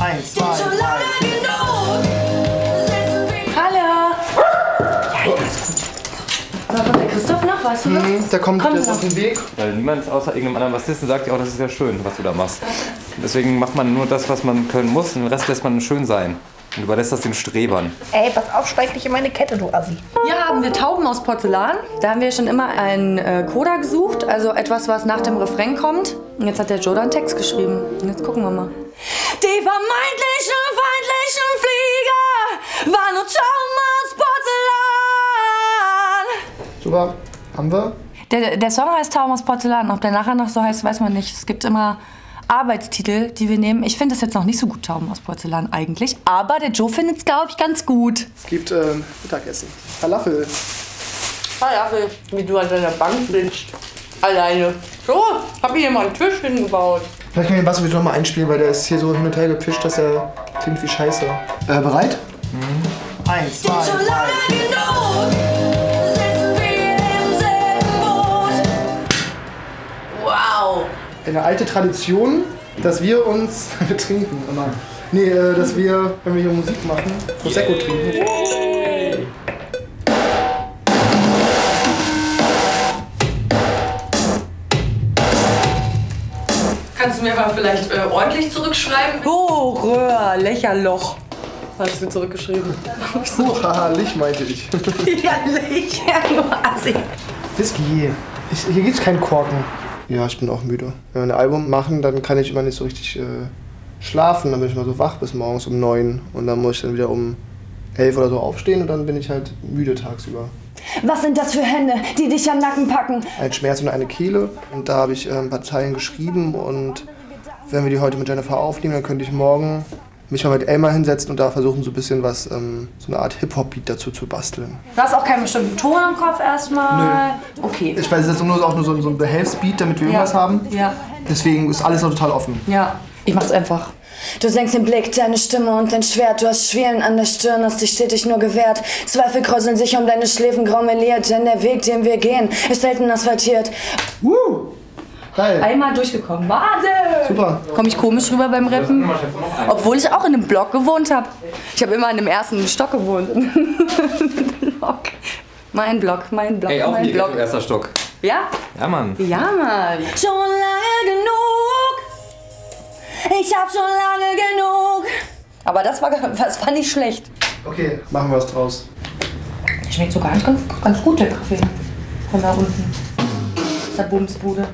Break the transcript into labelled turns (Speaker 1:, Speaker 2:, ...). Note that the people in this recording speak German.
Speaker 1: Eins, zwei, drei.
Speaker 2: Hallo! Ja, alles gut. So, kommt der Christoph noch? Weißt du noch?
Speaker 1: Hm, Da kommt
Speaker 2: Kommt
Speaker 1: jetzt
Speaker 2: noch.
Speaker 1: auf den Weg.
Speaker 3: Weil niemand außer irgendeinem anderen Bassisten sagt ja auch, das ist ja schön, was du da machst. Deswegen macht man nur das, was man können muss und den Rest lässt man schön sein. Und überlässt das den Strebern.
Speaker 4: Ey, pass auf, steig dich in meine Kette, du Assi.
Speaker 2: Hier haben wir Tauben aus Porzellan. Da haben wir schon immer einen äh, Coda gesucht, also etwas, was nach dem Refrain kommt. Und jetzt hat der Jordan Text geschrieben. Und jetzt gucken wir mal. Die vermeintlichen feindlichen Flieger waren nur Tauben aus Porzellan.
Speaker 1: Super. Haben wir?
Speaker 2: Der, der Song heißt Tauben aus Porzellan. Ob der nachher noch so heißt, weiß man nicht. Es gibt immer Arbeitstitel, die wir nehmen. Ich finde es jetzt noch nicht so gut, Tauben aus Porzellan eigentlich. Aber der Joe findet es, glaube ich, ganz gut.
Speaker 1: Es gibt ähm, Mittagessen. Falafel.
Speaker 5: Falafel, Ah, wie du an deiner Bank sitzt. Alleine. So, hab ich hier mal einen Tisch hingebaut.
Speaker 1: Vielleicht können wir den Bass sowieso nochmal einspielen, weil der ist hier so hin und her gepischt, dass er klingt wie Scheiße. Mhm. Äh, bereit? Eins, zwei, drei.
Speaker 5: Wow.
Speaker 1: Eine alte Tradition, dass wir uns wir trinken immer. Nee, äh, dass wir, wenn wir hier Musik machen, Prosecco trinken.
Speaker 5: Kannst du mir mal vielleicht äh, ordentlich zurückschreiben?
Speaker 2: Oh, Röhr, Lächerloch.
Speaker 5: Hast du zurückgeschrieben?
Speaker 1: Puh, haha, Licht meinte ich.
Speaker 2: Lächerlich. Ja, du Assi.
Speaker 1: Whisky. Ich, hier gibt's keinen Korken. Ja, ich bin auch müde. Wenn wir ein Album machen, dann kann ich immer nicht so richtig äh, schlafen. Dann bin ich mal so wach bis morgens um neun. Und dann muss ich dann wieder um elf oder so aufstehen und dann bin ich halt müde tagsüber.
Speaker 6: Was sind das für Hände, die dich am Nacken packen?
Speaker 1: Ein Schmerz und eine Kehle. Und da habe ich äh, ein paar Zeilen geschrieben. Und wenn wir die heute mit Jennifer aufnehmen, dann könnte ich morgen mich mal mit Elmar hinsetzen und da versuchen, so ein bisschen was, ähm, so eine Art Hip-Hop-Beat dazu zu basteln.
Speaker 2: Du hast auch keinen bestimmten Ton im Kopf erstmal. Nö. Okay.
Speaker 1: Ich weiß, es ist nur, auch nur so, ein Behelfsbeat, damit wir irgendwas haben.
Speaker 2: Ja,
Speaker 1: Deswegen ist alles noch total offen.
Speaker 2: ja. Ich mach's einfach.
Speaker 6: Du senkst den Blick, deine Stimme und dein Schwert. Du hast Schwielen an der Stirn, hast dich stetig nur gewehrt. Zweifel kräuseln sich um deine Schläfen graumeliert, denn der Weg, den wir gehen, ist selten asphaltiert.
Speaker 1: Woo! Geil.
Speaker 2: Einmal durchgekommen. Wahnsinn!
Speaker 1: Super.
Speaker 2: Komme ich komisch rüber beim Rappen? Obwohl ich auch in einem Block gewohnt habe. Ich habe immer in dem ersten Stock gewohnt. Block. Mein Block, mein Block,
Speaker 3: Ey, auch
Speaker 2: mein
Speaker 3: hier,
Speaker 2: Block.
Speaker 3: erster Stock.
Speaker 2: Ja?
Speaker 3: Ja, Mann.
Speaker 2: Ja, Mann.
Speaker 6: Schon lange genug. Ich hab schon lange genug.
Speaker 2: Aber das war, das war nicht schlecht.
Speaker 1: Okay, machen wir was draus.
Speaker 2: Schmeckt sogar ganz, ganz gut, der Kaffee. Von da unten. Aus der Bumsbude.